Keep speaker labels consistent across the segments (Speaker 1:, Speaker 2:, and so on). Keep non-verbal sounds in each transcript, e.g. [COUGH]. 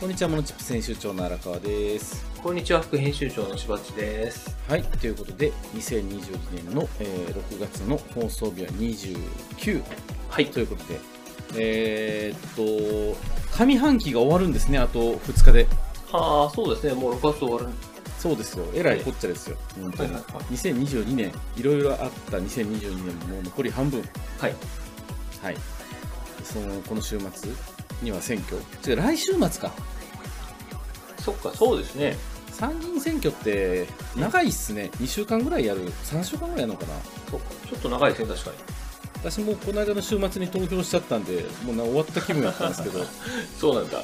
Speaker 1: こんにちは、モノチップス編集長の荒川です。
Speaker 2: こんにちは、副編集長のしばっちです。
Speaker 1: はい、ということで、2022年の、えー6月の放送日は29
Speaker 2: はい
Speaker 1: ということで、えーっと、上半期が終わるんですね、あと2日で。
Speaker 2: ああ、そうですね、もう6月終わる。
Speaker 1: そうですよ、えらいこっちゃですよ、本当に。2022年、いろいろあった2022年ももう残り半分。
Speaker 2: はい。
Speaker 1: はい。その、この週末には選挙。違う、来週末か。
Speaker 2: そっか、そうですね。
Speaker 1: 参議院選挙って長いっすね2週間ぐらいやる3週間ぐらいやるのかな
Speaker 2: そっか、ちょっと長いですね、確か
Speaker 1: 私もうこの間の週末に投票しちゃったんでもうな終わった気分だったんですけ [LAUGHS] ど
Speaker 2: に。そうなんだ。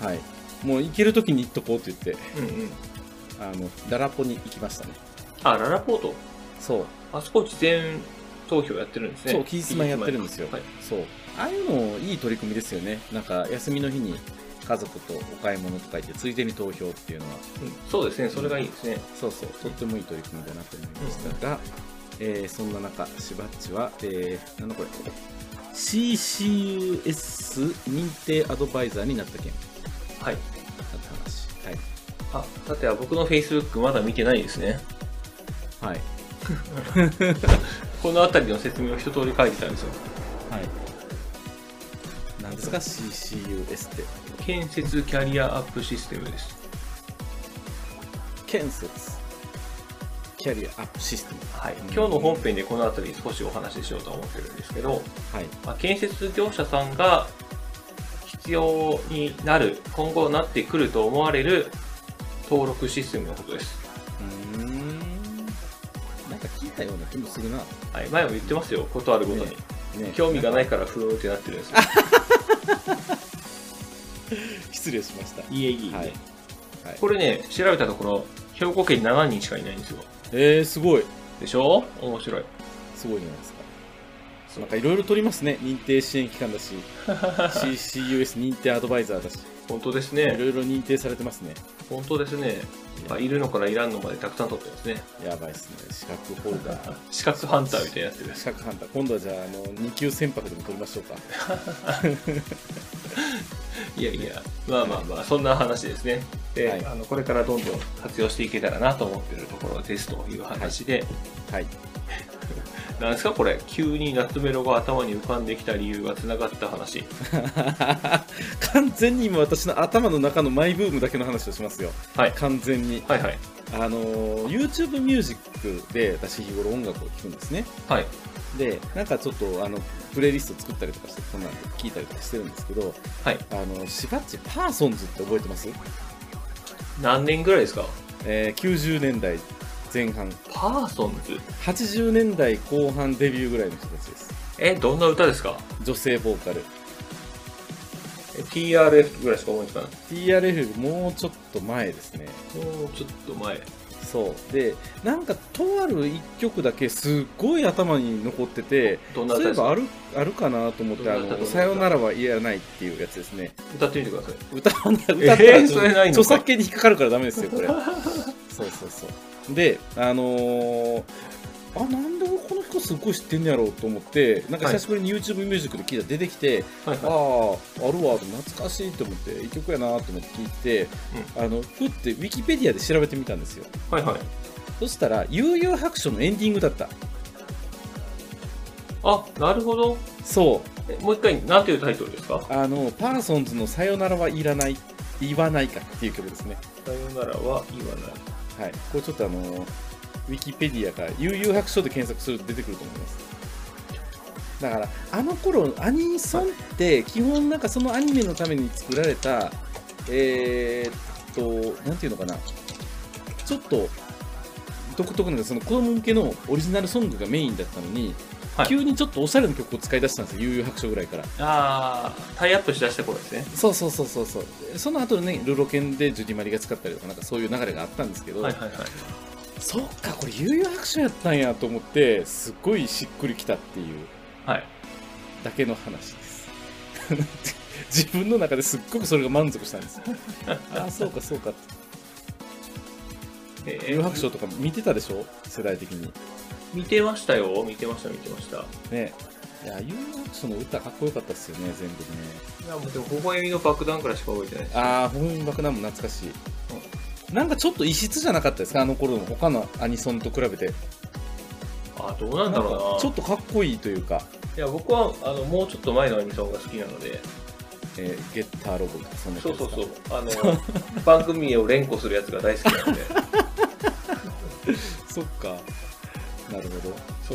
Speaker 1: はいもう行ける時に行っとこうって言って
Speaker 2: うんうん。
Speaker 1: あのララポに行きましたね
Speaker 2: あ、ララポート。
Speaker 1: そう
Speaker 2: あそこ事前投票やってるんですね。
Speaker 1: そう期日前やってるんですよ
Speaker 2: はい。
Speaker 1: そうああいうのいい取り組みですよねなんか休みの日に家族とお買い物とか行ってついでに投票っていうのは
Speaker 2: うんそうですね、それがいいですね。
Speaker 1: そうそうとってもいい取り組みだなと思いましたが、えーそんな中しばっちは、えー、なんだこれ CCUS 認定アドバイザーになった件
Speaker 2: はい。
Speaker 1: だった話はい
Speaker 2: あ、だっては僕の Facebook まだ見てないですね。
Speaker 1: はい、
Speaker 2: このあたりの説明を一通り書いてたんですよ。
Speaker 1: はい、なんですか CCUS って
Speaker 2: 建設キャリアアップシステムです。
Speaker 1: 建設キャリアアップシステム
Speaker 2: はい。今日の本編でこのあたり少しお話ししようと思ってるんですけど、
Speaker 1: はい
Speaker 2: まあ、建設業者さんが必要になる、今後なってくると思われる登録システムのことです。
Speaker 1: うーんなんか聞いたような気もするな、ね
Speaker 2: はい、前も言ってますよ、ことあるごとに。
Speaker 1: ねえ、
Speaker 2: 興味がないいから不要ってなってるんですよ。
Speaker 1: 失礼しました
Speaker 2: いえいえいえ
Speaker 1: はい、はい、
Speaker 2: これね、調べたところ、兵庫県に7人しかいないんですよ。
Speaker 1: えー、すごい
Speaker 2: でしょ面白い。
Speaker 1: すごいじゃないですか。なんかいろいろ取りますね。認定支援機関だ [LAUGHS] し、CCUS 認定アドバイザーだし、
Speaker 2: 本当です
Speaker 1: いろ
Speaker 2: ね。
Speaker 1: いろ認定されてますね。
Speaker 2: 本当ですね。あいるのからいらんのまでたくさん取ってますね。
Speaker 1: やばいっすね。資格ホルダ [LAUGHS] ー。
Speaker 2: 資格ハンターみたいなやつで
Speaker 1: 資
Speaker 2: す。
Speaker 1: 格ハンター。今度はじゃあ、あの、2級船舶でも取りましょうか。
Speaker 2: いやいや、まあまあまあ、そんな話ですね。で、
Speaker 1: はい
Speaker 2: あのこれからどんどん活用していけたらなと思ってるところですという話で、
Speaker 1: はい。 [LAUGHS]
Speaker 2: なんですかこれ、急に夏メロが頭に浮かんできた理由が繋がった話。
Speaker 1: 完全に今私の頭の中のマイブームだけの話をしますよ。
Speaker 2: はい。
Speaker 1: 完全に。
Speaker 2: はいはい。
Speaker 1: あの、YouTube ミュージックで私日頃音楽を聴くんですね。
Speaker 2: はい。
Speaker 1: で、なんかちょっと、あの、プレイリスト作ったりとかして、こんなんで聴いたりとかしてるんですけど、
Speaker 2: はい。
Speaker 1: あの、しばっちパーソンズって覚えてます
Speaker 2: 何年ぐらいですか
Speaker 1: えー90年代前半
Speaker 2: パーソンズ。
Speaker 1: 80年代後半デビューぐらいの人たちです
Speaker 2: え、どんな歌ですか
Speaker 1: 女性ボーカル
Speaker 2: え ?TRF ぐらいしか思いつかない。
Speaker 1: TRF もうちょっと前ですね
Speaker 2: もうちょっと前。
Speaker 1: そうでなんかとある一曲だけすっごい頭に残ってて
Speaker 2: どんな
Speaker 1: そういえ
Speaker 2: 歌です
Speaker 1: ば
Speaker 2: か
Speaker 1: あるあるかなと思って「あ
Speaker 2: どんな歌どんな
Speaker 1: の
Speaker 2: 歌
Speaker 1: さよならは言えない」っていうやつですね
Speaker 2: 歌ってみてください。
Speaker 1: 歌わない歌ったら
Speaker 2: えーそれないのか
Speaker 1: 著作権に引っかかるからダメですよこれそうそうそうであのーあなんで俺この曲すっごい知ってんねやろうと思ってなんか久しぶりに YouTube ミュージックで聞いたら出てきて、
Speaker 2: はい
Speaker 1: あ
Speaker 2: は
Speaker 1: ああるわ懐かしいと思っていい曲やなと思って聞いて、あのふってウィキペディアで調べてみたんですよ
Speaker 2: い。はいはい。
Speaker 1: そしたら「悠々白書」のエンディングだった
Speaker 2: あ、なるほど。
Speaker 1: そう
Speaker 2: えもう一回、なんていうタイトルですか
Speaker 1: あのパーソンズの「さよならはいらない言わないか」っていう曲ですね
Speaker 2: さよならは言わない。
Speaker 1: はい、これちょっとあのーウィキペディアから悠々白書で検索すると出てくると思いますだからあの頃アニソンって基本なんかそのアニメのために作られたえーっとなんていうのかなちょっと独特なんでその子供向けのオリジナルソングがメインだったのに、
Speaker 2: はい
Speaker 1: 急にちょっとおしゃれな曲を使い出したんですよ悠々白書ぐらいから
Speaker 2: ああ、タイアップしだした頃ですね。
Speaker 1: そうそうそうそうそうその後ねルロケンでジュディ・マリが使ったりとかなんかそういう流れがあったんですけど、
Speaker 2: はいはいはい。
Speaker 1: そっかこれ悠々白書やったんやと思ってすっごいしっくりきたっていう
Speaker 2: はい。
Speaker 1: だけの話です [LAUGHS] 自分の中ですっごくそれが満足したんです [LAUGHS] ああそうかそうか
Speaker 2: えー
Speaker 1: 悠々白書とか見てたでしょ世代的に
Speaker 2: 見てましたよ。見てました、見てました。
Speaker 1: ねいや、有楽その歌かっこよかったっすよね、全部ね。
Speaker 2: いや、もうでも、微笑みの爆弾からしか覚えてないです。
Speaker 1: ああ、本爆弾も懐かしい。なんかちょっと異質じゃなかったですか、あの頃の他のアニソンと比べて。
Speaker 2: あ、どうなん
Speaker 1: な
Speaker 2: だ
Speaker 1: んか
Speaker 2: ろう
Speaker 1: ちょ
Speaker 2: な
Speaker 1: っ。とかっこいいというか、
Speaker 2: いや、僕は、あの、もうちょっと前のアニソンが好きなので、
Speaker 1: えーゲッターロボとか、そんな
Speaker 2: そ
Speaker 1: 感
Speaker 2: う
Speaker 1: じ
Speaker 2: そ
Speaker 1: で
Speaker 2: う
Speaker 1: すか
Speaker 2: そう。あの、 [LAUGHS] 番組を連呼するやつが大好きなので、だか
Speaker 1: そっか。なるほ
Speaker 2: そ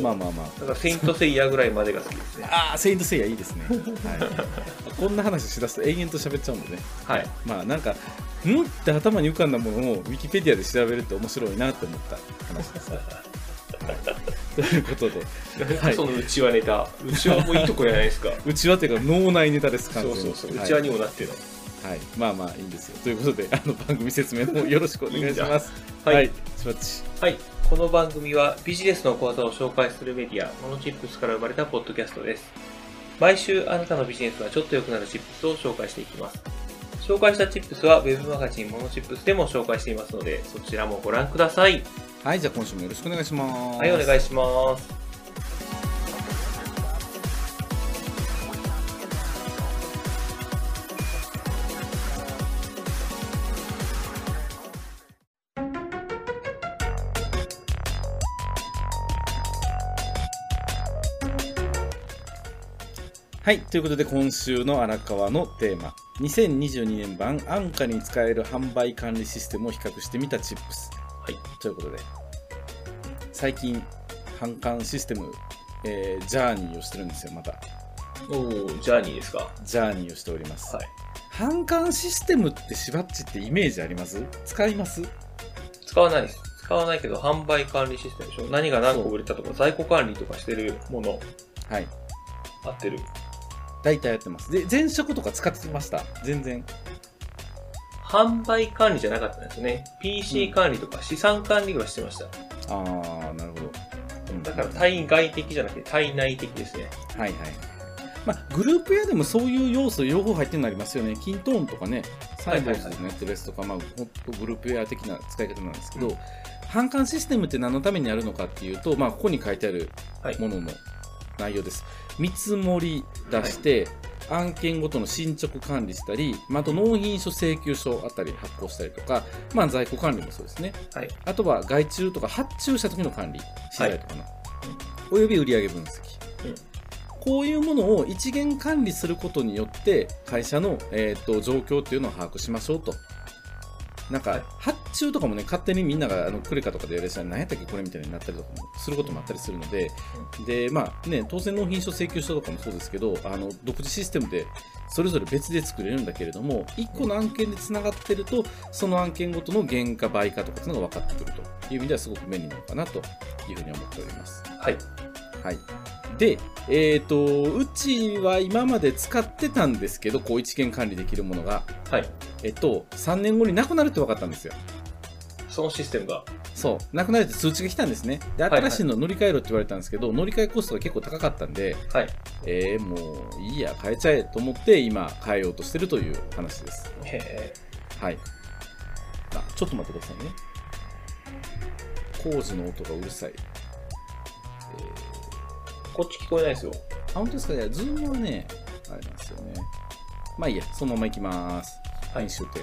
Speaker 1: ど。
Speaker 2: う
Speaker 1: まあまあまあ。
Speaker 2: ら、セイントセイヤぐらいまでが好きですね。
Speaker 1: ああ、セイントセイヤいいです
Speaker 2: [LAUGHS]
Speaker 1: ね。はい、こんな話しだすと延々と喋っちゃうんでね。
Speaker 2: はい。
Speaker 1: まあなんか、んって頭に浮かんだものをウィキペディアで調べると面白いなって思った話です。
Speaker 2: [LAUGHS]
Speaker 1: はい、ということで、はい
Speaker 2: そのうちわネタ。うちわもいいとこじゃないですか。
Speaker 1: うちわというか脳内ネタです、完
Speaker 2: [LAUGHS] そ
Speaker 1: 全
Speaker 2: う
Speaker 1: に。
Speaker 2: そうそう。う
Speaker 1: はい
Speaker 2: ちわにもなってるの。
Speaker 1: はい、まあまあいいんですよ。ということで、あの番組説明の方よろしくお願いします。
Speaker 2: はい
Speaker 1: はい、しばっち。
Speaker 2: はい。この番組はビジネスの講座を紹介するメディア、モノチップスから生まれたポッドキャストです。毎週あなたのビジネスがちょっと良くなるチップスを紹介していきます。紹介したチップスは Web マガジンモノチップスでも紹介していますので、そちらもご覧ください。
Speaker 1: はい、じゃあ今週もよろしくお願いします。
Speaker 2: はい、お願いします。
Speaker 1: はい、ということで今週の荒川のテーマ2022年版安価に使える販売管理システムを比較してみたチップス
Speaker 2: はい。
Speaker 1: ということで最近販管システム、えージャーニーをしてるんですよまた
Speaker 2: おー、ジャーニーですか。は
Speaker 1: ジャーニーをしております、
Speaker 2: い。
Speaker 1: 販管システムってしばっちってイメージあります使います
Speaker 2: 使わないです。使わないけど、販売管理システムでしょ。何が何個売れたとか、在庫管理とかしてるもの、
Speaker 1: はい
Speaker 2: 合ってる。
Speaker 1: 大体やってますで前職とか使ってました全然
Speaker 2: 販売管理じゃなかったんですよね。
Speaker 1: うん
Speaker 2: PC 管理とか資産管理はしてました。
Speaker 1: ああなるほど、うん
Speaker 2: だから対外的じゃなくて対内的ですね。
Speaker 1: はいはい。まあ、グループ屋でもそういう要素、両方入ってるのありますよね。キントーンとかね、サイボーズのやってるやつとか、まあ、ほんとグループ屋的な使い方なんですけど、反感システムって何のためにあるのかっていうと、まあ、ここに書いてある
Speaker 2: はい
Speaker 1: ものの内容です。見積もり出して、案件ごとの進捗管理したり、まあ、あと納品書、請求書あたり発行したりとか、まあ、在庫管理もそうですね。
Speaker 2: はい。
Speaker 1: あとは外注とか発注した時の管理、資材とかの、および売上分析、
Speaker 2: うん
Speaker 1: こういうものを一元管理することによって、会社の、えー、と状況っていうのを把握しましょうと。なん
Speaker 2: は
Speaker 1: か
Speaker 2: い
Speaker 1: 発注とかもね、勝手にみんながあのクレカとかでやるやつは何やったっけこれみたいになったりとかもすることもあったりするので、で、まあね、当然納品書請求書とかもそうですけど、あの独自システムでそれぞれ別で作れるんだけれども、1個の案件でつながってると、その案件ごとの原価、売価とかっていうのが分かってくるという意味ではすごく便利なのかなというふうに思っております。
Speaker 2: はい。
Speaker 1: はい、で、えーと、うちは今まで使ってたんですけど、こう一元管理できるものが、
Speaker 2: はい。
Speaker 1: えっと、3年後になくなるって分かったんですよ。
Speaker 2: そのシステムが。
Speaker 1: そう、なくなるって通知が来たんですね。で、
Speaker 2: いはい
Speaker 1: 新しいの乗り換えろって言われたんですけど、乗り換えコストが結構高かったんで、
Speaker 2: はい。
Speaker 1: えー、もういいや、変えちゃえと思って、今、変えようとしてるという話です。
Speaker 2: え
Speaker 1: はい。あ、ちょっと待ってくださいね。工事の音がうるさい。えー
Speaker 2: ー、こっち聞こえないですよ。
Speaker 1: あ、本当ですかいや、ズームはね、あれなんですよね。まあいいや、そのまま行きます。
Speaker 2: はい
Speaker 1: 編集点。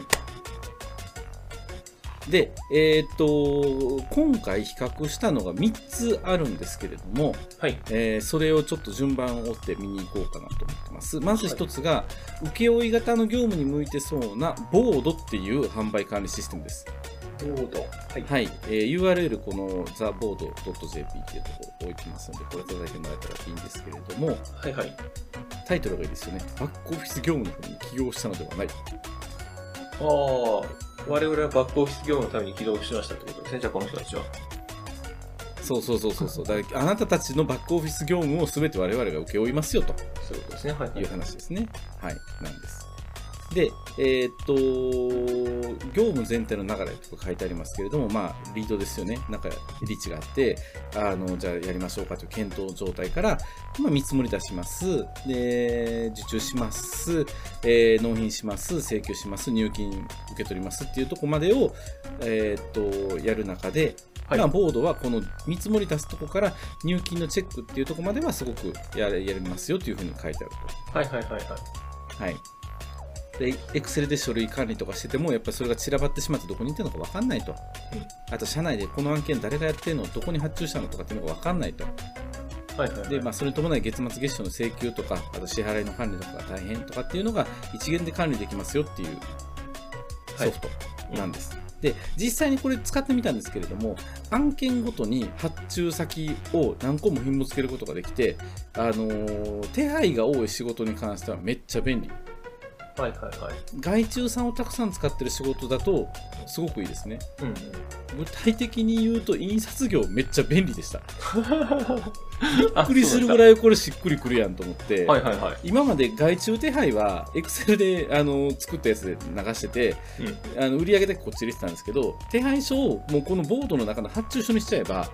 Speaker 1: で、えーっと、今回比較したのが3つあるんですけれども、
Speaker 2: はい。
Speaker 1: えーそれをちょっと順番を追って見に行こうかなと思ってます。まず一つが、請負型の業務に向いてそうなボードっていう販売管理システムです。
Speaker 2: ボード。はい。
Speaker 1: はい、えー URL この theboard.jp っていうところ置いてますので、これ叩いてもらえたらいいんですけれども、
Speaker 2: はいはい。
Speaker 1: タイトルがいいですよね。バックオフィス業務の方に起業したのではない。
Speaker 2: ああ、我々はバックオフィス業務のために起動しましたってことですね。じゃあこの人たちは。
Speaker 1: そうそうそうそうそう。だからあなたたちのバックオフィス業務を全て我々が請け負いますよと。
Speaker 2: そういうことですね。はい、は
Speaker 1: いう
Speaker 2: い。
Speaker 1: 話ですね。はい、なんです。で、えーっと、業務全体の流れとか書いてありますけれども、まあ、リードですよね。なんか、リーチがあって、あの、じゃあやりましょうかという検討状態から、まあ、見積もり出します。で、受注します。えー納品します。請求します。入金受け取りますっていうとこまでを、えーっと、やる中で、
Speaker 2: はい
Speaker 1: まあ、ボードはこの見積もり出すとこから入金のチェックっていうとこまではすごくやれやれますよというふうに書いてある
Speaker 2: はいはいはいはい。
Speaker 1: と。はいで、Excel で書類管理とかしてても、やっぱりそれが散らばってしまって、どこに行ってるのか分かんないと、あと社内でこの案件、誰がやってるの、どこに発注したのとかっていうのが分かんないと、
Speaker 2: はいはい、はい。
Speaker 1: で、まあ、それに伴い月末月初の請求とか、あと支払いの管理とかが大変とかっていうのが一元で管理できますよっていう
Speaker 2: はい
Speaker 1: ソフトなんです。で、実際にこれ使ってみたんですけれども、案件ごとに発注先を何個も紐付けることができて、あのー手配が多い仕事に関してはめっちゃ便利。
Speaker 2: はいはいはい。
Speaker 1: 外注さんをたくさん使ってる仕事だと、すごくいいですね。
Speaker 2: うん [LAUGHS] うん。
Speaker 1: 具体的に言うと、印刷業めっちゃ便利でした。びっくりするぐ
Speaker 2: い。
Speaker 1: らいこれしっくりくるやんと思って。
Speaker 2: はいはいはい。
Speaker 1: 今まで外注手配は Excel であの作ったやつで流してて
Speaker 2: うん。
Speaker 1: あの売り上げだけこっち入れてたんですけど手配書をもうこのボードの中の発注書にしちゃえば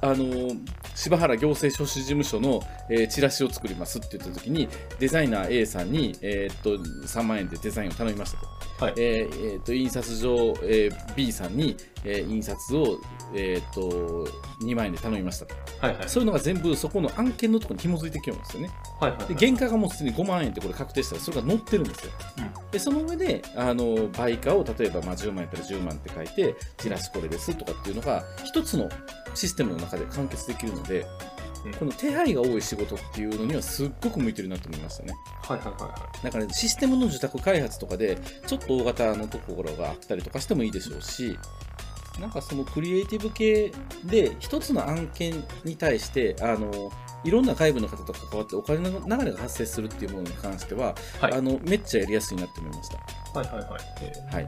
Speaker 1: あの柴原行政書士事務所の、えーチラシを作りますって言った時にデザイナー A さんに、えーっと3万円でデザインを頼みましたと,、
Speaker 2: はい
Speaker 1: えーえーっと印刷所、えー B さんに、えー印刷を、えーっと2万円で頼みましたと
Speaker 2: はいはい。
Speaker 1: そういうのが全部そこの案件のところに紐づいてきようんですよね。
Speaker 2: はいはいはい。
Speaker 1: で原価がもうすでに5万円ってこれ確定したらそれが載ってるんですよ、でその上であの売価を例えばまあ10万やったら10万って書いてチラシこれですとかっていうのが一つのシステムの中で完結できるので、
Speaker 2: うん
Speaker 1: この手配が多い仕事っていうのにはすっごく向いてるなと思いましたね
Speaker 2: はいはいはいは
Speaker 1: だからシステムの受託開発とかでちょっと大型のところがあったりとかしてもいいでしょうしなんかそのクリエイティブ系で一つの案件に対してあのいろんな外部の方と関わってお金の流れが発生するっていうものに関しては、
Speaker 2: はい
Speaker 1: あのめっちゃやりやすいなって思いました
Speaker 2: い。はいはいはい。えー
Speaker 1: はい。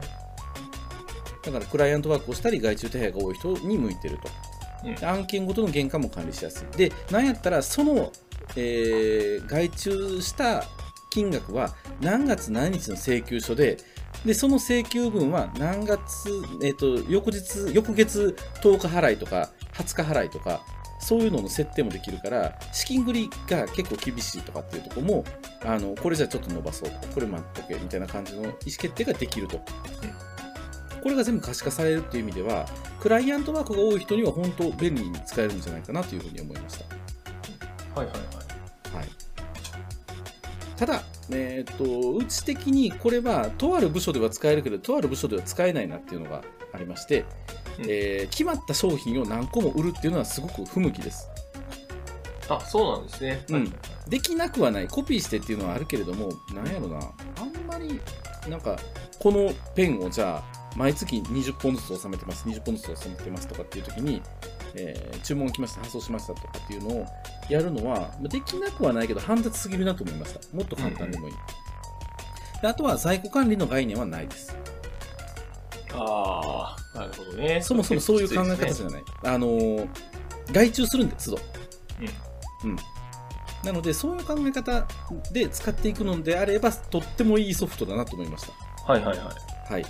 Speaker 1: だからクライアントワークをしたり外注手配が多い人に向いてると、
Speaker 2: うん
Speaker 1: で案件ごとの原価も管理しやすいでなんやったらその、えー外注した金額は何月何日の請求書ででその請求分は何月、えー、と翌日翌月10日払いとか20日払いとかそういうのの設定もできるから資金繰りが結構厳しいとかっていうとこもあのこれじゃあちょっと伸ばそうこれ待っとけみたいな感じの意思決定ができると、これが全部可視化されるっていう意味ではクライアントワークが多い人には本当便利に使えるんじゃないかなというふうに思いました
Speaker 2: はいはいはい。
Speaker 1: はい、ただ、えー、とうち的にこれはとある部署では使えるけどとある部署では使えないなっていうのがありまして、
Speaker 2: うん
Speaker 1: えー決まった商品を何個も売るっていうのはすごく不向きです
Speaker 2: あ、そうなんですね。
Speaker 1: うん
Speaker 2: はいはい
Speaker 1: できなくはないコピーしてっていうのはあるけれどもなんやろなあんまりなんかこのペンをじゃあ毎月20本ずつ収めてます20本ずつ収めてますとかっていう時に、えー注文来ました発送しましたとかっていうのをやるのはできなくはないけど煩雑すぎるなと思いましたもっと簡単でもいい、であとは在庫管理の概念はないです
Speaker 2: ああ、なるほどね。
Speaker 1: そもそもそういう考え方じ
Speaker 2: ゃ
Speaker 1: ゃない。あのー外注するんです、都度。うん。なので、そういう考え方で使っていくのであれば、とってもいいソフトだなと思いまし
Speaker 2: はいはいはい。
Speaker 1: た。はい。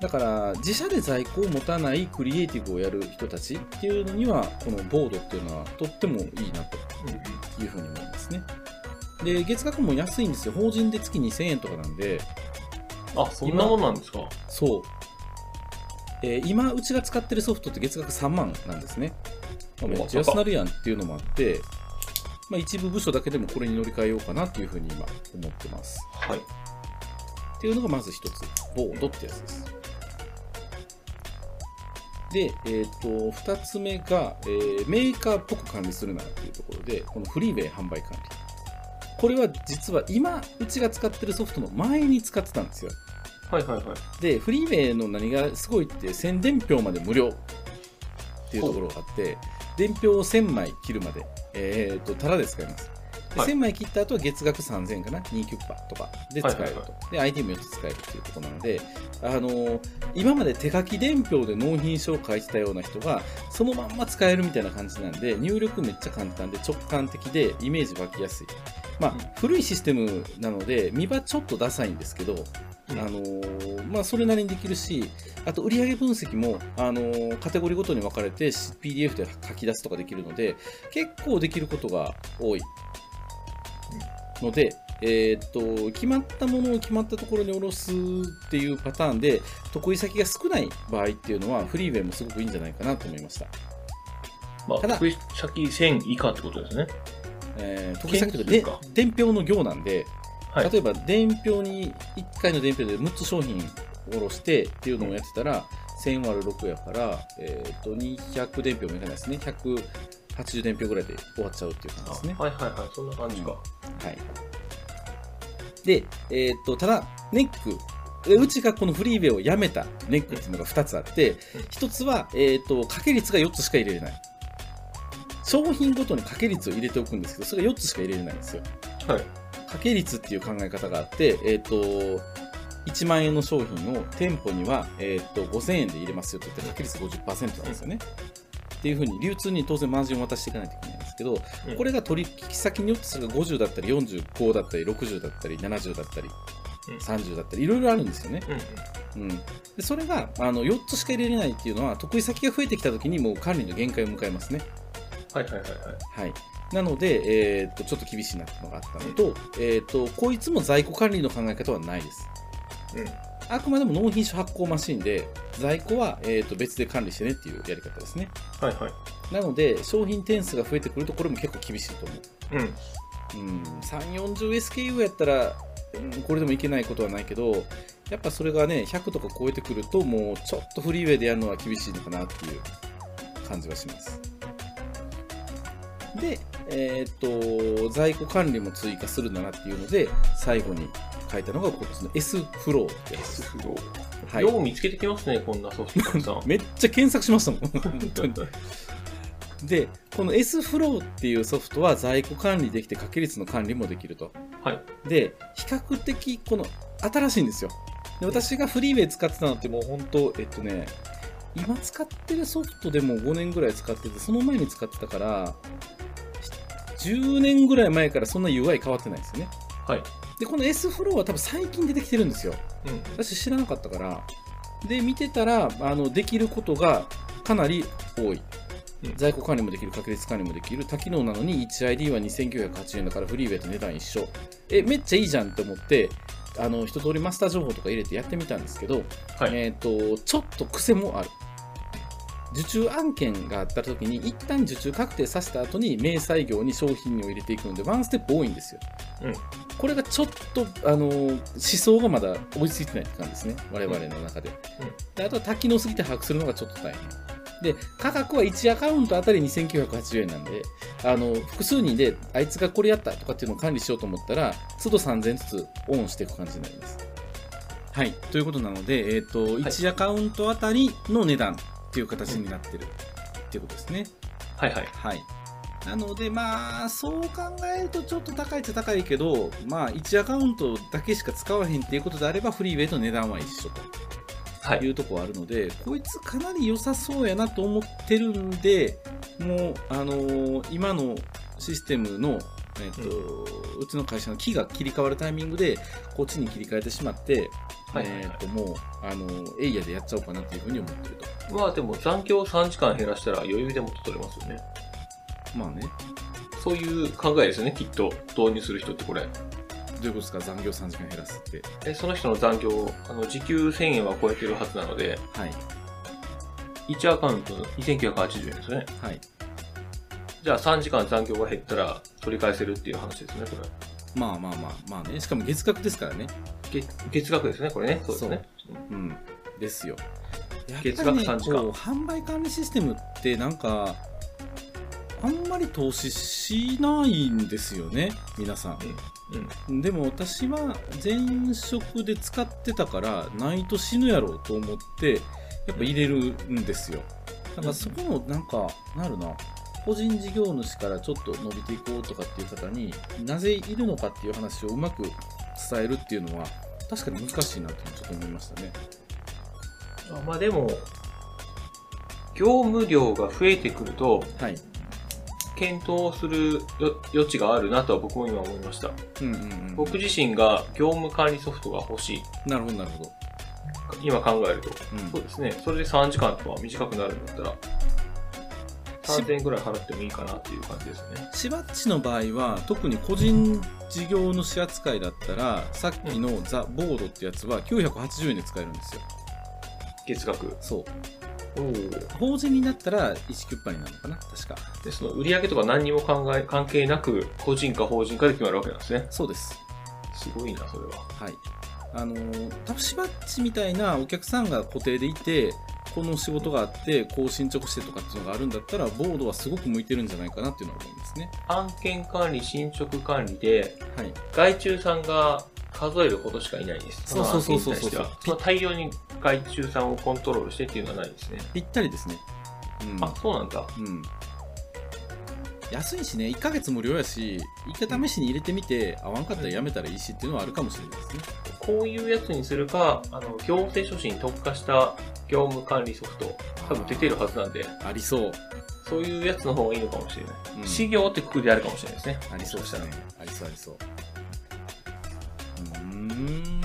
Speaker 1: だから、自社で在庫を持たないクリエイティブをやる人たちっていうのには、このボードっていうのはとってもいいなと
Speaker 2: うんうん。
Speaker 1: いうふうに思いますね。で、月額も安いんですよ。法人で月2000円とかなんで、
Speaker 2: あ、そんなもんなんですか。
Speaker 1: そう。えー今、うちが使ってるソフトって月額3万なんですね。まあめっちゃ安なるやんっていうのもあって、まあ、一部部署だけでもこれに乗り換えようかなっていうふうに今思ってます。
Speaker 2: はい。
Speaker 1: っていうのがまず一つ。ボードってやつです。で、えっ、と、二つ目が、えーメーカーっぽく管理するならっていうところで、このフリーウェイ販売管理。これは実は今、うちが使ってるソフトの前に使ってたんですよ。
Speaker 2: はいはいはい。
Speaker 1: でフリーウェイの何がすごいって宣伝票まで無料っていうところがあって伝票を1000枚切るまで、えー、とタダで使えますで、
Speaker 2: はい
Speaker 1: 1000枚切った後は月額3000円かな2キュッパーとかで使えると、
Speaker 2: はいはい
Speaker 1: で ID も4つ使えるっていうところなので、あのー今まで手書き伝票で納品書を書いてたような人がそのまんま使えるみたいな感じなんで入力めっちゃ簡単で直感的でイメージ湧きやすいまあ、
Speaker 2: うん
Speaker 1: 古いシステムなので見場ちょっとダサいんですけど、
Speaker 2: うん
Speaker 1: あのーまあ、それなりにできるしあと売上分析も、あのーカテゴリーごとに分かれて PDF で書き出すとかできるので結構できることが多いので、えーっと決まったものを決まったところに下ろすっていうパターンで得意先が少ない場合っていうのはフリーウェイもすごくいいんじゃないかなと思いました、
Speaker 3: まあ、
Speaker 1: ただ
Speaker 3: 得意先1000以下ってことですね。
Speaker 1: えー得意先って
Speaker 3: 件
Speaker 1: で
Speaker 3: 数か
Speaker 1: 伝票の行なんで、
Speaker 3: はい
Speaker 1: 例えば伝票に1回の伝票で6つ商品下ろしてっていうのをやってたら1000割る6やから、えーっと200伝票もいかないですね180伝票ぐらいで終わっちゃうっていう感じですね
Speaker 2: あはいはいはい、そんな感じか。
Speaker 1: はい。で、えーっと、ただ、ネック。えうちがこのフリーウェイをやめたネックっていうのが2つあって、1つは、えーっと、掛け率が4つしか入れれない。商品ごとに掛け率を入れておくんですけど、それが4つしか入れれないんですよ。
Speaker 3: はい。
Speaker 1: 掛け率っていう考え方があって、えーっと、1万円の商品を店舗には、えーっと5000円で入れますよって言って、掛け率50%なんですよね。っていうふうに、流通に当然マージンを渡していかないといけないんですけど、
Speaker 3: うん
Speaker 1: これが取引先によってそれが50だったり45だったり60だったり70だったり
Speaker 3: うん
Speaker 1: 30だったりいろいろあるんですよね。
Speaker 3: うんうん。
Speaker 1: うん、でそれがあの4つしか入れれないっていうのは得意先が増えてきた時にもう管理の限界を迎えますね。
Speaker 3: はいはいはいはい。
Speaker 1: はい、なので、えーっとちょっと厳しいなっていうのがあったのと,、えーっとこいつも在庫管理の考え方はないです。
Speaker 3: うん
Speaker 1: あくまでも納品書発行マシンで在庫は、えーっと別で管理してねっていうやり方ですね。
Speaker 3: はいはい。
Speaker 1: なので商品点数が増えてくるとこれも結構厳しいと思う。
Speaker 3: うん。
Speaker 1: うん、340SKU やったら、うんこれでもいけないことはないけどやっぱそれがね100とか超えてくるともうちょっとフリーウェイでやるのは厳しいのかなっていう感じはしますでえーっと在庫管理も追加するならっていうので最後に書いたのがこっちの S フローってやつです、
Speaker 3: すごい。
Speaker 1: はい、
Speaker 3: よう見つけてきますね、こんな組織たくさん。
Speaker 1: めっちゃ検索しましたもん本当 [LAUGHS] にでこの S フローっていうソフトは在庫管理できて掛け率の管理もできると
Speaker 3: はい。
Speaker 1: で比較的この新しいんですよで私がフリーウェイ使ってたのってもう本当えっとね今使ってるソフトでも5年ぐらい使っててその前に使ってたから10年ぐらい前からそんな UI 変わってないですよね
Speaker 3: はい。
Speaker 1: でこの S フローは多分最近出てきてるんですよ
Speaker 3: うん。
Speaker 1: 私知らなかったからで見てたらあのできることがかなり多い
Speaker 3: うん
Speaker 1: 在庫管理もできる確率管理もできる多機能なのに 1ID は2980円だからフリーウェイと値段一緒えめっちゃいいじゃんって思ってあの一通りマスター情報とか入れてやってみたんですけど、
Speaker 3: はい
Speaker 1: えっ、とちょっと癖もある受注案件があった時に一旦受注確定させた後に明細業に商品を入れていくのでワンステップ多いんですよこれがちょっと、あのー思想がまだ追いついてないって感じですね、我々の中で。
Speaker 3: うん
Speaker 1: であとは多機能すぎて把握するのがちょっと大変。で、価格は1アカウントあたり2980円なんで、あの複数人であいつがこれやったとかっていうのを管理しようと思ったら、都度3000ずつオンしていく感じになります。はい、ということなので、えっと1アカウントあたりの値段っていう形になってるっていうことですね。
Speaker 3: はいはい。
Speaker 1: はい。なので、まあ、そう考えるとちょっと高いっちゃ高いけど、まあ、1アカウントだけしか使わへんっていうことであれば、フリーウェイと値段は一緒と
Speaker 3: はいい。
Speaker 1: うとこはあるので、こいつかなり良さそうやなと思ってるんで、もう、あのー今のシステムの、えっと、うちの会社の木が切り替わるタイミングで、こっちに切り替えてしまって、
Speaker 3: はいはいはい
Speaker 1: えっと、もう、あのーエイヤでやっちゃおうかなというふうに思ってると。
Speaker 3: まあでも残業3時間減らしたら余裕でもっと取れますよね。
Speaker 1: まあね、
Speaker 3: そういう考えですよね、きっと。導入する人ってこれ。
Speaker 1: どういうことですか、残業3時間減らすって。
Speaker 3: えその人の残業、あの時給1000円は超えてるはずなので、
Speaker 1: はい。
Speaker 3: 1アカウント2980円ですよね。
Speaker 1: はい。
Speaker 3: じゃあ3時間残業が減ったら取り返せるっていう話ですね、これ。
Speaker 1: まあまあまあまあね。しかも月額ですからね。
Speaker 3: 月月額ですね、これね。そうですね。
Speaker 1: うん。ですよ。やっぱりね
Speaker 3: 月額3時間
Speaker 1: こう販売管理システムってなんか、あんまり投資しないんですよね、皆さ
Speaker 3: うん。
Speaker 1: ん。でも私は前職で使ってたから、ないと死ぬやろうと思って、やっぱ入れるんですよ。なんかそこの、なんか、なるな。個人事業主からちょっと伸びていこうとかっていう方になぜいるのかっていう話をうまく伝えるっていうのは確かに難しいなってちょっと思いましたね。
Speaker 3: あまあでも、業務量が増えてくると、
Speaker 1: はい。
Speaker 3: 検討するよ余地があるなとは僕も今思いました。
Speaker 1: うんうんうん。
Speaker 3: 僕自身が業務管理ソフトが欲しい。
Speaker 1: なるほどなるほど。
Speaker 3: 今考えると。
Speaker 1: うん
Speaker 3: そうですね。それで3時間とか短くなるんだったら、
Speaker 2: 3000円ぐらい払ってもいいかなっていう感じですね。
Speaker 1: しばっちの場合は特に個人事業主扱いだったらさっきのザ・ボードってやつは980円で使えるんですよ
Speaker 2: 月額。
Speaker 1: そう
Speaker 2: おお。
Speaker 1: 法人になったら1キュッパになるのかな確か
Speaker 2: で、その売り上げとか何にも考え、関係なく、個人か法人かで決まるわけなんですね。
Speaker 1: そうです
Speaker 2: すごいな、それは。
Speaker 1: はいあのー多分しばっちみたいなお客さんが固定でいてこの仕事があってこう進捗してとかっていうのがあるんだったらボードはすごく向いてるんじゃないかなっていうのは思いますね
Speaker 2: 案件管理、進捗管理で、
Speaker 1: はい
Speaker 2: 外注さんが数えるほどしかいないです。
Speaker 1: そうそうそうそうそう
Speaker 2: その案件に対してはその大量に外注さんをコントロールしてっていうのはないですね。
Speaker 1: ぴったりですねうん
Speaker 2: あ、そうなんだ。
Speaker 1: うん安いしね1ヶ月無料やし一回試しに入れてみて合わんかったらやめたらいいしっていうのはあるかもしれないですね
Speaker 2: こういうやつにするか、あの、行政書士に特化した業務管理ソフト、多分出てるはずなんで、
Speaker 1: ありそう、
Speaker 2: そういうやつの方がいいのかもしれない。
Speaker 1: うん
Speaker 2: 事業ってくくりであるかもしれないですね。
Speaker 1: ありそうしたね。ありそうありそう。うーん。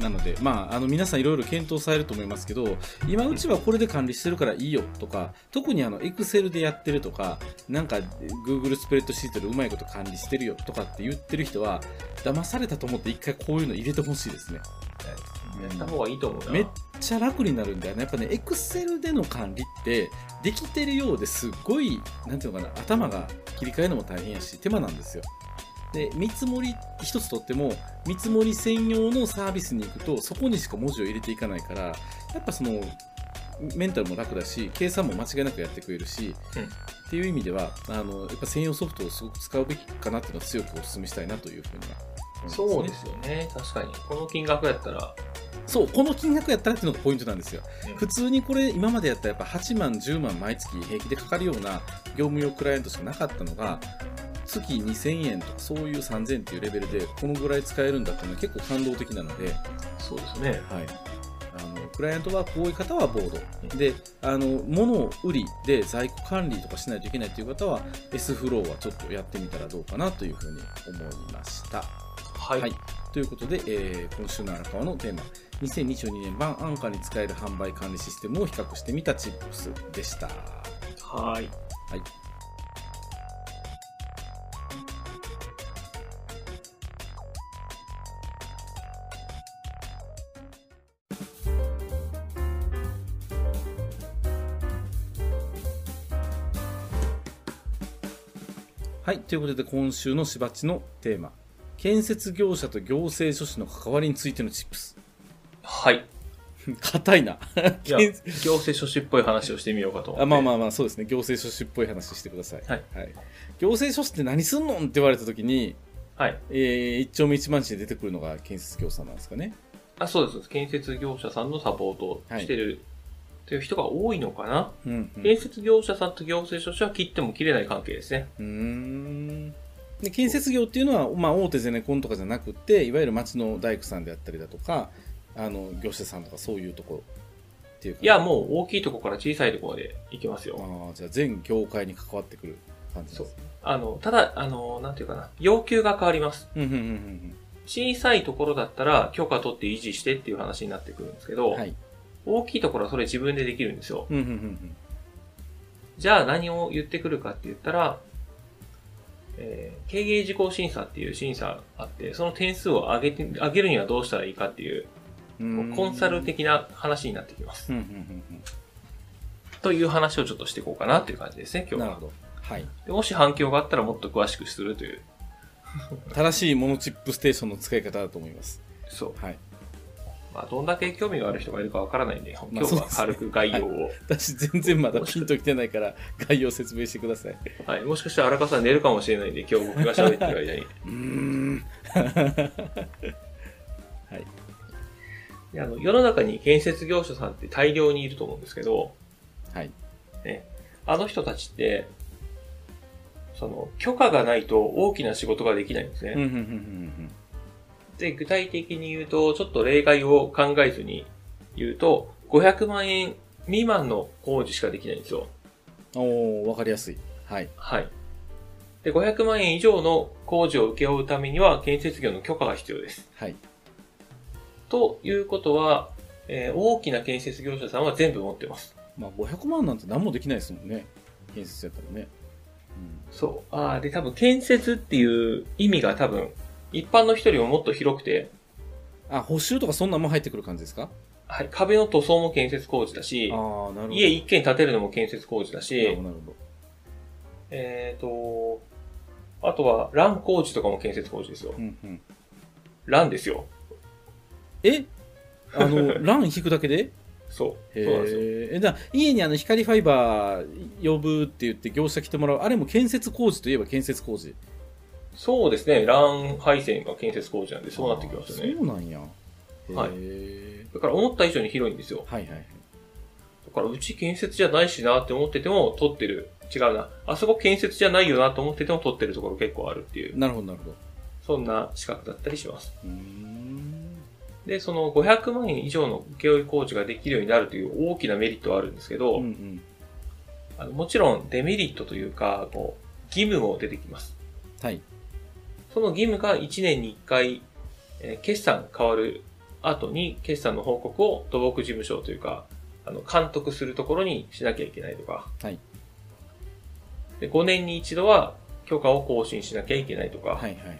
Speaker 1: なので、まあ、あの皆さんいろいろ検討されると思いますけど、今うちはこれで管理してるからいいよとか、特にあの Excel でやってるとか、なんか Google スプレッドシートでうまいこと管理してるよとかって言ってる人は、騙されたと思って一回こういうの入れてほしいですね。
Speaker 2: やった方がいいと思うな。
Speaker 1: めっちゃ楽になるんだよね。やっぱね、Excel での管理って、できてるようですっごい、なんていうのかな、頭が切り替えるのも大変やし、手間なんですよ。で、見積もり一つとっても、見積もり専用のサービスに行くと、そこにしか文字を入れていかないから、やっぱその、メンタルも楽だし、計算も間違いなくやってくれるし、
Speaker 2: うん
Speaker 1: っていう意味では、あの、やっぱ専用ソフトをすごく使うべきかなっていうのは強くお勧めしたいなというふうには思い
Speaker 2: そう
Speaker 1: ますね
Speaker 2: ですよね。確かに。この金額やったら、
Speaker 1: そう、この金額やったらっていうのがポイントなんですよ
Speaker 2: うん。
Speaker 1: 普通にこれ、今までやったらやっぱ8万、10万毎月平気でかかるような業務用クライアントしかなかったのが、月2000円とかそういう3000円っていうレベルで、このぐらい使えるんだっていうのは結構感動的なので、
Speaker 2: そうですね。
Speaker 1: はい、あのクライアントはこういう方はボードであの物を売りで在庫管理とかしないといけないという方は S フローはちょっとやってみたらどうかなというふうに思いました。
Speaker 2: はい。
Speaker 1: はいということで、えー今週の荒川のテーマ2022年版安価に使える販売管理システムを比較してみたチップスでした。
Speaker 2: はい。
Speaker 1: はい、ということで今週のしばちのテーマ建設業者と行政書士の関わりについてのチップス。 [LAUGHS]
Speaker 2: はい。
Speaker 1: 硬いな。
Speaker 2: じゃあ、行
Speaker 1: 建
Speaker 2: 政書士っぽい話をしてみようかと思って。
Speaker 1: あまあまあまあそうですね行政書士っぽい話してください、
Speaker 2: はい
Speaker 1: 行政書士って何すんのんって言われた時に、
Speaker 2: はい。
Speaker 1: えー一丁目一番地で出てくるのが建設業者なんですかね
Speaker 2: あ、そうです。建設業者さんのサポートをしてる、という人が多いのかな。
Speaker 1: うんうん
Speaker 2: 建設業者さんと行政書士は切っても切れない関係ですね。
Speaker 1: うーんで建設業っていうのは、まあ、大手ゼネコンとかじゃなくていわゆる町の大工さんであったりだとかあの業者さんとかそういうところっていうか
Speaker 2: いや、もう大きいとこから小さいとこまで行きます
Speaker 1: あ
Speaker 2: よ。
Speaker 1: ーじゃあ全業界に関わってくる感じなんですね
Speaker 2: あの、ただ、あの、なんていうかな、要求が変わります。
Speaker 1: うんうんうん
Speaker 2: 小さいところだったら許可取って維持してっていう話になってくるんですけど、
Speaker 1: うんはい
Speaker 2: 大きいところはそれ自分でできるんですよ。
Speaker 1: うんうんうん
Speaker 2: じゃあ何を言ってくるかって言ったら、えー経営事項審査っていう審査あって、その点数を上げて、上げるにはどうしたらいいかっていう、
Speaker 1: うんうーん
Speaker 2: コンサル的な話になってきます。
Speaker 1: うんうんうん
Speaker 2: という話をちょっとしていこうかなっていう感じですね、
Speaker 1: うん
Speaker 2: 今日
Speaker 1: なる
Speaker 2: は
Speaker 1: ほ。どはい
Speaker 2: でもし反響があったらもっと詳しくするという。
Speaker 1: 正しいモノチップステーションの使い方だと思います。
Speaker 2: そう。
Speaker 1: はい。
Speaker 2: まあ、どんだけ興味がある人がいるかわからないんで、
Speaker 1: ま
Speaker 2: 今
Speaker 1: あ
Speaker 2: 日
Speaker 1: そう
Speaker 2: は
Speaker 1: ですね
Speaker 2: 軽く概要
Speaker 1: [LAUGHS]
Speaker 2: を。
Speaker 1: 私、全然まだピンときてないから、概要説明してください。
Speaker 2: はい。もしかしたら荒川さん寝るかもしれないんで、今日僕
Speaker 1: [LAUGHS]
Speaker 2: が喋ってる間に。
Speaker 1: うー [LAUGHS] ん。
Speaker 2: であの世の中に建設業者さんって大量にいると思うんですけど、
Speaker 1: はい。
Speaker 2: あの人たちって、その、許可がないと大きな仕事ができないんですね。
Speaker 1: うんうんうんうん
Speaker 2: で、具体的に言うと、ちょっと例外を考えずに言うと、500万円未満の工事しかできないんですよ。
Speaker 1: うんおー、わかりやすい。はい。
Speaker 2: はい。で、500万円以上の工事を請け負うためには、建設業の許可が必要です。
Speaker 1: はい。
Speaker 2: ということは、えー大きな建設業者さんは全部持ってます。
Speaker 1: まあ、500万なんて何もできないですもんね。建設やったらね。
Speaker 2: そう。ああ、で、多分、建設っていう意味が多分、一般の人よりももっと広くて、
Speaker 1: うん。あ、補修とかそんなんも入ってくる感じですか
Speaker 2: はい、壁の塗装も建設工事だ
Speaker 1: ああ
Speaker 2: し
Speaker 1: ー、、なるほど。
Speaker 2: 家一軒建てるのも建設工事だ
Speaker 1: なる
Speaker 2: し
Speaker 1: ほ、ど、なるほ
Speaker 2: えっ、と、あとは、ラン工事とかも建設工事ですよ
Speaker 1: ど。。うんうん。
Speaker 2: ランですよ。
Speaker 1: えあの、 [LAUGHS] ラン引くだけで
Speaker 2: そう。そうなんですよ。
Speaker 1: へえ。だから家にあの光ファイバー呼ぶって言って業者来てもらう。あれも建設工事といえば建設工事。
Speaker 2: そうですね。ラン配線が建設工事なんで、そうなってきますよね
Speaker 1: あ。ーそうなんや。
Speaker 2: はい
Speaker 1: へ
Speaker 2: だから、思った以上に広いんですよ。
Speaker 1: ーはいはいはい。
Speaker 2: だから、うち建設じゃないしなって思ってても、撮ってる。違うな。あそこ建設じゃないよなと思ってても、撮ってるところ結構あるっていう、
Speaker 1: なるほどなるほど。
Speaker 2: そんな資格だったりします。
Speaker 1: うーん。
Speaker 2: で、その500万円以上の請負工事ができるようになるという大きなメリットはあるんですけど、
Speaker 1: うんうん。
Speaker 2: あのもちろんデメリットというか、こう、義務も出てきます。
Speaker 1: はい。
Speaker 2: その義務が1年に1回、えー決算変わる後に決算の報告を土木事務所というか、あの、監督するところにしなきゃいけないとか、
Speaker 1: はい
Speaker 2: で5年に一度は許可を更新しなきゃいけないとか、
Speaker 1: はいはいはい。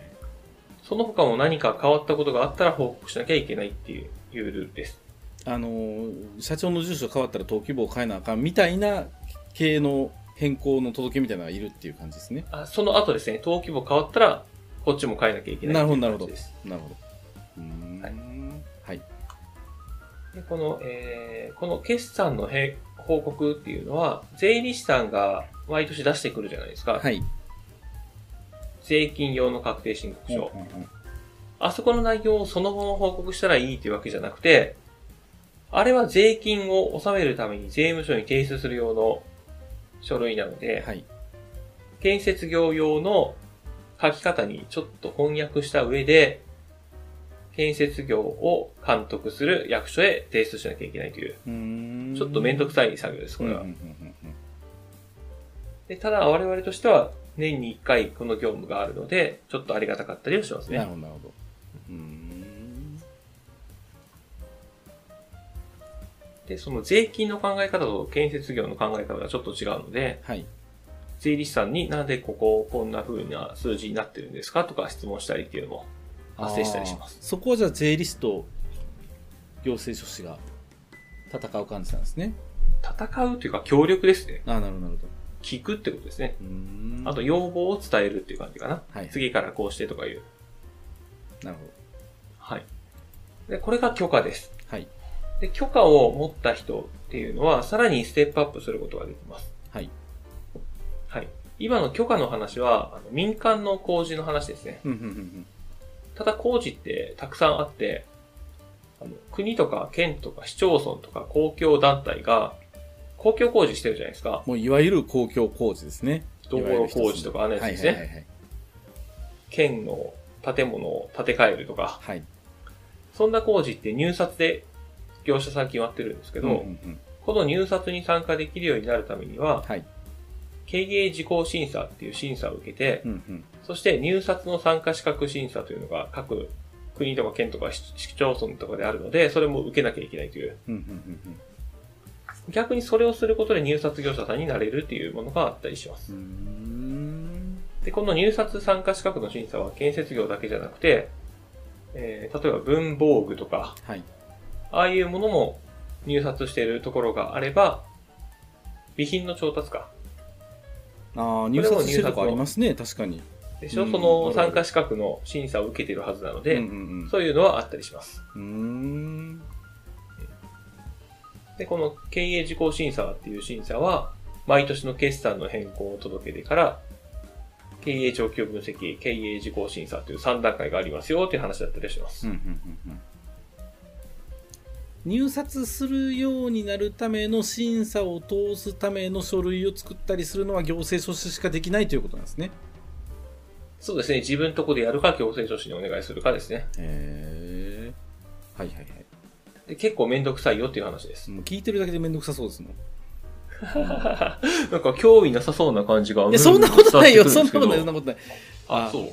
Speaker 2: その他も何か変わったことがあったら報告しなきゃいけないっていういうルールです。
Speaker 1: あのー社長の住所変わったら登記簿を変えなあかんみたいな系の変更の届けみたいなのがいるっていう感じですね。
Speaker 2: あその後ですね、登記簿変わったら、こっちも変えなきゃいけない
Speaker 1: なるほど
Speaker 2: っていう感じです
Speaker 1: なるほど。うーん。はい。
Speaker 2: でこの、えーこの決算のへ報告っていうのは、税理士さんが毎年出してくるじゃないですか。
Speaker 1: はい。
Speaker 2: 税金用の確定申告書。
Speaker 1: うんうんうん
Speaker 2: あそこの内容をそのまま報告したらいいというわけじゃなくて、あれは税金を納めるために税務署に提出する用の書類なので、
Speaker 1: はい。
Speaker 2: 建設業用の書き方にちょっと翻訳した上で、建設業を監督する役所へ提出しなきゃいけないという、
Speaker 1: うーん
Speaker 2: ちょっとめんどくさい作業です、これは。
Speaker 1: うんうんうんうん
Speaker 2: でただ我々としては年に1回この業務があるので、ちょっとありがたかったりはします
Speaker 1: なる
Speaker 2: ね。
Speaker 1: ほど、なるほど。うーん。
Speaker 2: で、その税金の考え方と建設業の考え方がちょっと違うので、
Speaker 1: はい。
Speaker 2: 税理士さんになんでこここんな風な数字になってるんですかとか質問したりっていうのも発生したりします。
Speaker 1: あーそこはじゃあ税理士と行政書士が戦う感じなんですね。
Speaker 2: 戦うというか協力ですね。
Speaker 1: ああ、なるほど、なるほど。
Speaker 2: 聞くってことですね。
Speaker 1: うーん。
Speaker 2: あと、要望を伝えるっていう感じかな。
Speaker 1: はい
Speaker 2: 次からこうしてとかいう。
Speaker 1: なるほど。
Speaker 2: はい。で、これが許可です。
Speaker 1: はい。
Speaker 2: で、許可を持った人っていうのは、さらにステップアップすることができます。
Speaker 1: はい。
Speaker 2: はい。今の許可の話は、あの民間の工事の話ですね。
Speaker 1: うんうんうんうん
Speaker 2: ただ工事ってたくさんあって、あの国とか県とか市町村とか公共団体が公共工事してるじゃないですか。
Speaker 1: もういわゆる公共工事ですね。
Speaker 2: 道路工事とかあのやつですね。
Speaker 1: はいはいはいはい。
Speaker 2: 県の建物を建て替えるとか、
Speaker 1: はい。
Speaker 2: そんな工事って入札で業者さん決まってるんですけど、
Speaker 1: うんうんうん
Speaker 2: この入札に参加できるようになるためには、
Speaker 1: はい。
Speaker 2: 経営事項審査っていう審査を受けて、
Speaker 1: うんうん
Speaker 2: そして入札の参加資格審査というのが各国とか県とか市市町村とかであるので、それも受けなきゃいけないという。
Speaker 1: うんうんうん
Speaker 2: 逆にそれをすることで入札業者さんになれるっていうものがあったりします。
Speaker 1: うんうーん
Speaker 2: で、この入札参加資格の審査は建設業だけじゃなくて、えー例えば文房具とか、
Speaker 1: はい。
Speaker 2: ああいうものも入札しているところがあれば、備品の調達か。
Speaker 1: ああ、入札してるとこありますね、確かに。
Speaker 2: でしょ、
Speaker 1: うん
Speaker 2: そ
Speaker 1: あ
Speaker 2: の
Speaker 1: るある
Speaker 2: 参加資格の審査を受けているはずなので、
Speaker 1: うんうん
Speaker 2: そういうのはあったりします。
Speaker 1: うん。うーん。
Speaker 2: で、この経営事項審査っていう審査は、毎年の決算の変更届け出から、経営状況分析、経営事項審査という3段階がありますよという話だったりしま
Speaker 1: う
Speaker 2: す。
Speaker 1: んうんうんうん入札するようになるための審査を通すための書類を作ったりするのは行政書士しかできないということなんですね。
Speaker 2: そうですね。自分とこでやるか、行政書士にお願いするかですね。
Speaker 1: へえ。はいはいはい。
Speaker 2: で結構めんどくさいよっていう話です。
Speaker 1: もう聞いてるだけでめんどくさそうですもん。
Speaker 2: [LAUGHS] なんか興味なさそうな感じが。
Speaker 1: いや、そんなことないよ、
Speaker 2: うん
Speaker 1: そんなことない、そ
Speaker 2: 伝
Speaker 1: ん
Speaker 2: わってくるんです
Speaker 1: なことない。
Speaker 2: けどあ、そう。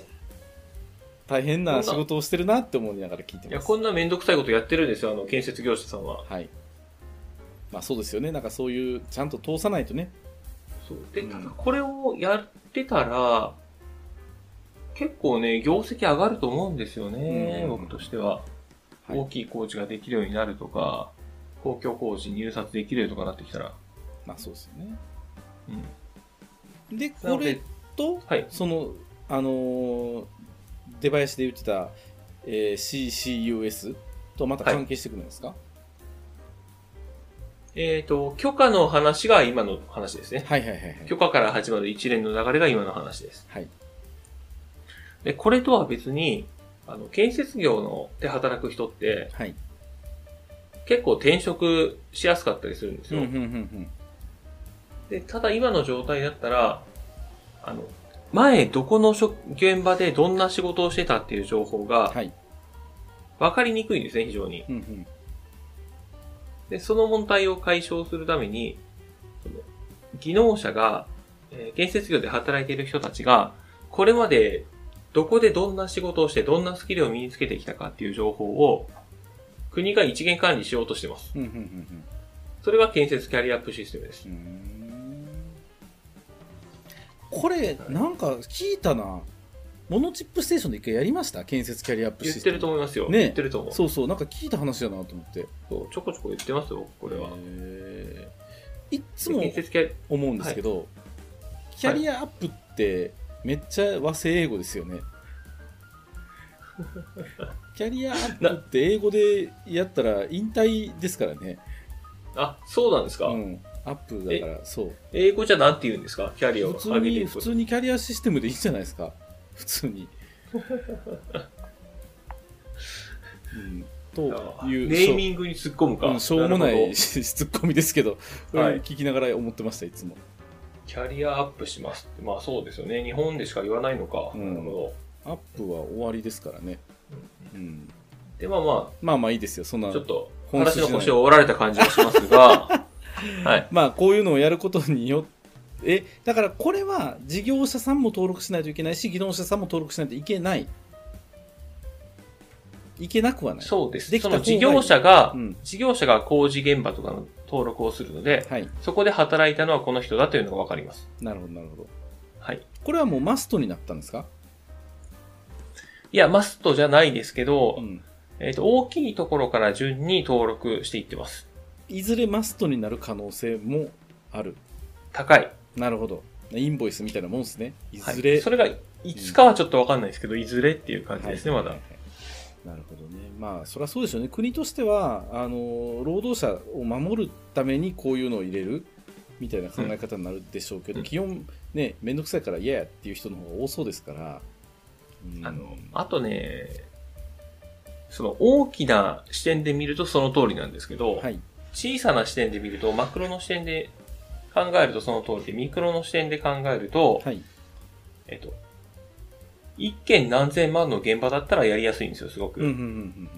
Speaker 1: 大変な仕事をしてるなって思いながら聞いて
Speaker 2: いや、
Speaker 1: ます。
Speaker 2: こんなめんどくさいことやってるんですよ、あの、建設業者さんは。
Speaker 1: はい。まあそうですよね。なんかそういう、ちゃんと通さないとね。 。
Speaker 2: そうで、
Speaker 1: うん
Speaker 2: ただこれをやってたら、結構ね、業績上がると思うんですよね、
Speaker 1: うん
Speaker 2: 僕としては。
Speaker 1: はい
Speaker 2: 大きい工事ができるようになるとか、公共工事入札できるとかなってきたら。
Speaker 1: まあそうですよね。
Speaker 2: うん。
Speaker 1: で、
Speaker 2: な
Speaker 1: こ
Speaker 2: の
Speaker 1: れ
Speaker 2: で、
Speaker 1: と、
Speaker 2: はい。
Speaker 1: その、あのー出囃子で言ってた、えー CCUS とまた関係してくるんですか、
Speaker 2: えっ、と、許可の話が今の話ですね。
Speaker 1: はい、はいはいはいはい
Speaker 2: 許可から始まる一連の流れが今の話です。
Speaker 1: はい。
Speaker 2: で、これとは別に、あの、建設業ので働く人って、
Speaker 1: はい。
Speaker 2: 結構転職しやすかったりするんです
Speaker 1: うん
Speaker 2: よ。
Speaker 1: うんうんうん。
Speaker 2: で、ただ今の状態だったら、あの、前どこの職現場でどんな仕事をしてたっていう情報が
Speaker 1: はい。
Speaker 2: 分かりにくいんですね、非常に。
Speaker 1: うんうん。
Speaker 2: で、その問題を解消するために、その技能者が、えー建設業で働いている人たちが、これまでどこでどんな仕事をして、どんなスキルを身につけてきたかっていう情報を、国が一元管理しようとしてます。
Speaker 1: うんうんうん
Speaker 2: それが建設キャリアアップシステムです
Speaker 1: うんう。ん。これ、なんか聞いたな。モノチップステーションで一回やりました建設キャリアアップ
Speaker 2: 言
Speaker 1: シ
Speaker 2: っ
Speaker 1: ス
Speaker 2: て
Speaker 1: テ
Speaker 2: る
Speaker 1: ム。
Speaker 2: と思いますよ。
Speaker 1: ね
Speaker 2: 言ってると思う。
Speaker 1: そうそう、なんか聞いた話だなと思って。
Speaker 2: そうちょこちょこ言ってますよ、僕これは。
Speaker 1: えーいっつも
Speaker 2: 建設キャリ
Speaker 1: 思うんですけど、キャリアアップってめっちゃ和製英語ですよ
Speaker 2: [LAUGHS]
Speaker 1: ね。キャリアアップって英語でやったら引退ですからね。
Speaker 2: あ、そうなんですか、
Speaker 1: うん。アップだから、そう。
Speaker 2: 英語じゃなんて言うんですかキャリアを
Speaker 1: 普
Speaker 2: 上
Speaker 1: 通
Speaker 2: げて
Speaker 1: に、
Speaker 2: いく
Speaker 1: 普
Speaker 2: こ
Speaker 1: 通にキャリアシステムでいいんじゃないですか。 [LAUGHS] 普通に。うん、と
Speaker 2: と。
Speaker 1: いう。
Speaker 2: ネーミングに突っ込むか。
Speaker 1: うん、しょうもな
Speaker 2: るほ
Speaker 1: い
Speaker 2: ど
Speaker 1: しツッコミですけど、
Speaker 2: はい
Speaker 1: うん聞きながら思ってました、いつも。
Speaker 2: キャリアアップしますって。まあそうですよね。日本でしか言わないのか。
Speaker 1: うん
Speaker 2: なるほ
Speaker 1: アップは終わりですからね。うん、
Speaker 2: ど。で、まあま
Speaker 1: まあまあいいですよ、そんな
Speaker 2: あ、ち。ょっと、
Speaker 1: 本
Speaker 2: 話
Speaker 1: 筋じゃ
Speaker 2: の
Speaker 1: ない
Speaker 2: 腰を折られた感じがします
Speaker 1: [LAUGHS]
Speaker 2: が、はい。
Speaker 1: まあこういうのをやることによって、えだからこれは事業者さんも登録しないといけないし、技能者さんも登録しないといけない。いけなくはない。
Speaker 2: そうです。
Speaker 1: できた
Speaker 2: そ
Speaker 1: 方がい
Speaker 2: の
Speaker 1: い
Speaker 2: 事業者が、
Speaker 1: うん
Speaker 2: 事業者が工事現場とかの登録をするので、
Speaker 1: はい、
Speaker 2: そこで働いたのはこの人だというのがわかります。
Speaker 1: なるほど、なるほど。
Speaker 2: はい。
Speaker 1: これはもうマストになったんですか
Speaker 2: いや、マストじゃないですけど、
Speaker 1: うん。
Speaker 2: えっ、と、大きいところから順に登録していってます。
Speaker 1: いずれマストになる可能性もある。
Speaker 2: 高い。
Speaker 1: なるほど。インボイスみたいなもんですね。い
Speaker 2: はい
Speaker 1: ずれ。
Speaker 2: それが、いつかはちょっとわかんないですけど、いずれっていう感じ
Speaker 1: はい
Speaker 2: ですね、まだ。
Speaker 1: なるほどね、まあ、そりゃそうでしょうね、国としてはあの労働者を守るためにこういうのを入れるみたいな考え方になるでしょうけど、
Speaker 2: うん
Speaker 1: 基本、ね、面倒くさいから嫌やっていう人の方が多そうですから、うん
Speaker 2: あの、あとね、その大きな視点で見るとその通りなんですけど、
Speaker 1: はい、
Speaker 2: 小さな視点で見ると、マクロの視点で考えるとその通りで、ミクロの視点で考えると、
Speaker 1: はい、
Speaker 2: えっと、一件何千万の現場だったらやりやすいんですよ、すごく。
Speaker 1: うんうんうんうん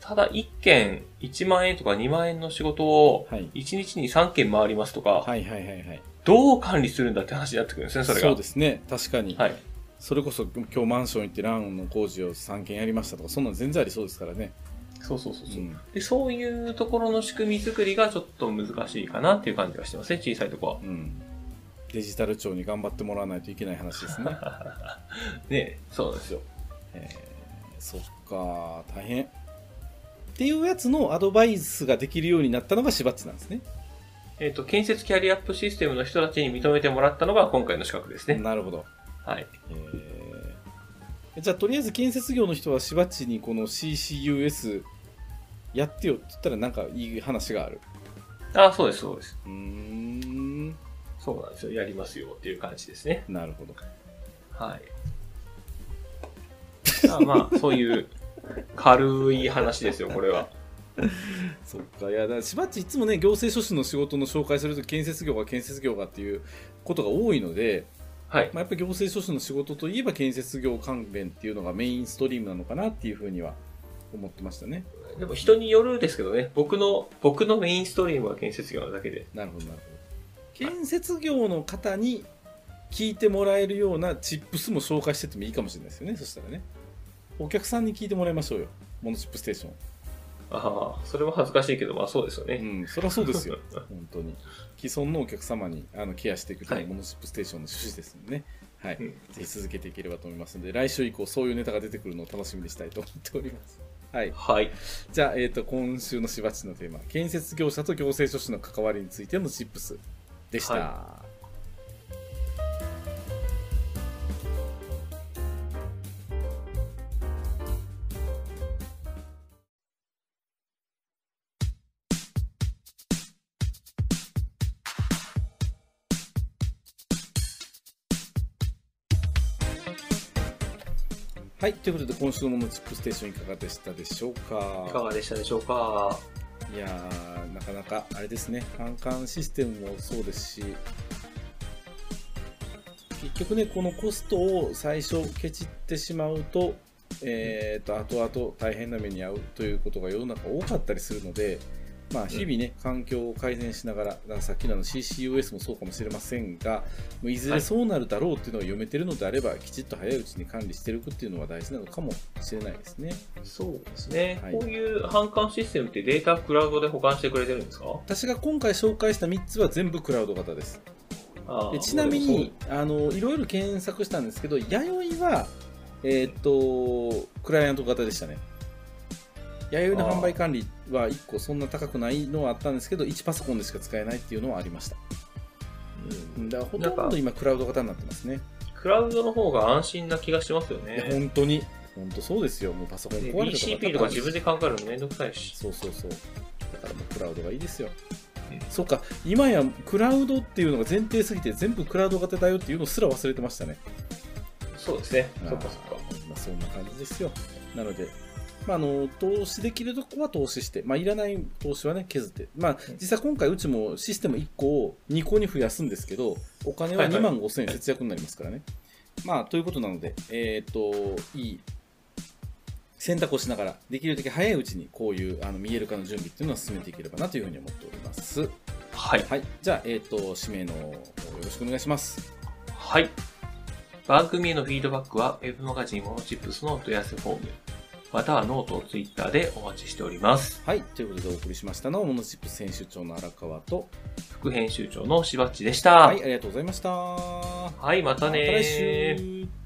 Speaker 2: ただ一件1万円とか2万円の仕事を
Speaker 1: はい
Speaker 2: 1日に3件回りますとか、
Speaker 1: はいはいはいはい、
Speaker 2: どう管理するんだって話になってくるんですね、それが。
Speaker 1: そうですね、確かに、
Speaker 2: はい。
Speaker 1: それこそ今日マンション行って、ランの工事を3件やりましたとか、そんなの全然ありそうですからね。
Speaker 2: そうそうそうそう、
Speaker 1: うん
Speaker 2: で、そういうところの仕組み作りがちょっと難しいかなっていう感じがしてますね、小さいとこは。
Speaker 1: うんデジタル庁に頑張ってもらわないといけない話
Speaker 2: [LAUGHS]
Speaker 1: ですね。
Speaker 2: ねそうなんですよ。
Speaker 1: えーそっか大変っていうやつのアドバイスができるようになったのがしばっちなんですね
Speaker 2: えっ、と、建設キャリアアップシステムの人たちに認めてもらったのが今回の資格ですね。
Speaker 1: なるほど、
Speaker 2: はい。
Speaker 1: えーじゃあとりあえず建設業の人はしばっちにこの CCUS やってよって言ったらなんかいい話がある
Speaker 2: ああ、そうです、そうです。
Speaker 1: うーん
Speaker 2: そうなんですよ。やりますよっていう感じですね。
Speaker 1: なるほど
Speaker 2: [LAUGHS] はい。あまあ、そういう軽い話ですよ、これは。
Speaker 1: そっかいやだからしばっちいつもね行政書士の仕事の紹介すると建設業が建設業がっていうことが多いので、
Speaker 2: はい。
Speaker 1: まあ、やっぱ行政書士の仕事といえば建設業関連っていうのがメインストリームなのかなっていうふうには思ってましたね。
Speaker 2: でも人によるですけどね、僕の、僕のメインストリームは建設業なだけで。
Speaker 1: なるほどなるほど。建設業の方に聞いてもらえるようなチップスも紹介してってもいいかもしれないですよね。そしたらね。お客さんに聞いてもらいましょうよ。モノチップステーション。
Speaker 2: ああ、それは恥ずかしいけど、まあそうですよ
Speaker 1: う
Speaker 2: ね。
Speaker 1: ん、そりゃそうですよ、本当に。既存のお客様にあのケアしていくというのがモノシップステーションの趣旨ですのでね、はい
Speaker 2: うん
Speaker 1: ぜひ続けていければと思いますので、来週以降、そういうネタが出てくるのを楽しみにしたいと思っております。はい、
Speaker 2: はい。
Speaker 1: じゃあ、えーと、今週のしばっちのテーマ、建設業者と行政書士の関わりについてのチップスでした。
Speaker 2: は
Speaker 1: はい、ということで、今週のモノチップステーションいかがでしたでしょうか。
Speaker 2: いかがでしたでしょうか
Speaker 1: いやー、なかなか、あれですね、反感システムもそうですし、結局ね、このコストを最初、ケチってしまうと、えー、と後々大変な目に遭うということが世の中多かったりするので、まあ、日々ね、環境を改善しながら、だからさっきのあの CCUS もそうかもしれませんが、もういずれそうなるだろうっていうのが読めてるのであれば、きちっと早いうちに管理していくっていうのは大事なのかもしれないですね。
Speaker 2: そうですね、
Speaker 1: はい
Speaker 2: こういう反感システムってデータクラウドで保管してくれてるんですか
Speaker 1: 私が今回紹介した3つは全部クラウド型です。
Speaker 2: ああ
Speaker 1: でちなみにあのいろいろ検索したんですけど弥生は、えーっとクライアント型でしたね弥生の販売管理は1個そんな高くないのはあったんですけど1パソコンでしか使えないっていうのはありましたうんだからほとんど今クラウド型になってますね
Speaker 2: クラウドの方が安心な気がしますよ
Speaker 1: いや
Speaker 2: ね。
Speaker 1: 本当に本当そうですよもうパソコン
Speaker 2: で
Speaker 1: 壊れた
Speaker 2: BCP とか自分で考えるのめんどくさいし。
Speaker 1: そうそうそうだからもうクラウドがいいですよ、
Speaker 2: うん
Speaker 1: そうか今やクラウドっていうのが前提すぎて全部クラウド型だよっていうのすら忘れてましたね
Speaker 2: そうですね。
Speaker 1: あー
Speaker 2: そっかそっか。
Speaker 1: まあ、そんな感じですよ。なので、まあ、あの投資できるとこは投資して、まあ、いらない投資は、ね、削って、まあ、実際今回うちもシステム1個を2個に増やすんですけど、お金は
Speaker 2: はい
Speaker 1: 2
Speaker 2: はい
Speaker 1: 万5000円節約になりますからね。まあ、ということなので、えっといい選択をしながら、できるだけ早いうちにこういうあの見える化の準備っていうのは進めていければなというふうに思っております。
Speaker 2: はい。
Speaker 1: はい、じゃあ、えっと指名の方よろしくお願いします。
Speaker 2: はい。番組へのフィードバックは Web マガジンモノチップスのお問い合わせフォーム、またはノート、ツイッターでお待ちしております。
Speaker 1: はい、ということでお送りしましたのは、モノチップ選手長の荒川と、
Speaker 2: 副編集長のしばっちでした。
Speaker 1: はい、ありがとうございました。ま
Speaker 2: はい、また
Speaker 1: た
Speaker 2: ねー
Speaker 1: 来週。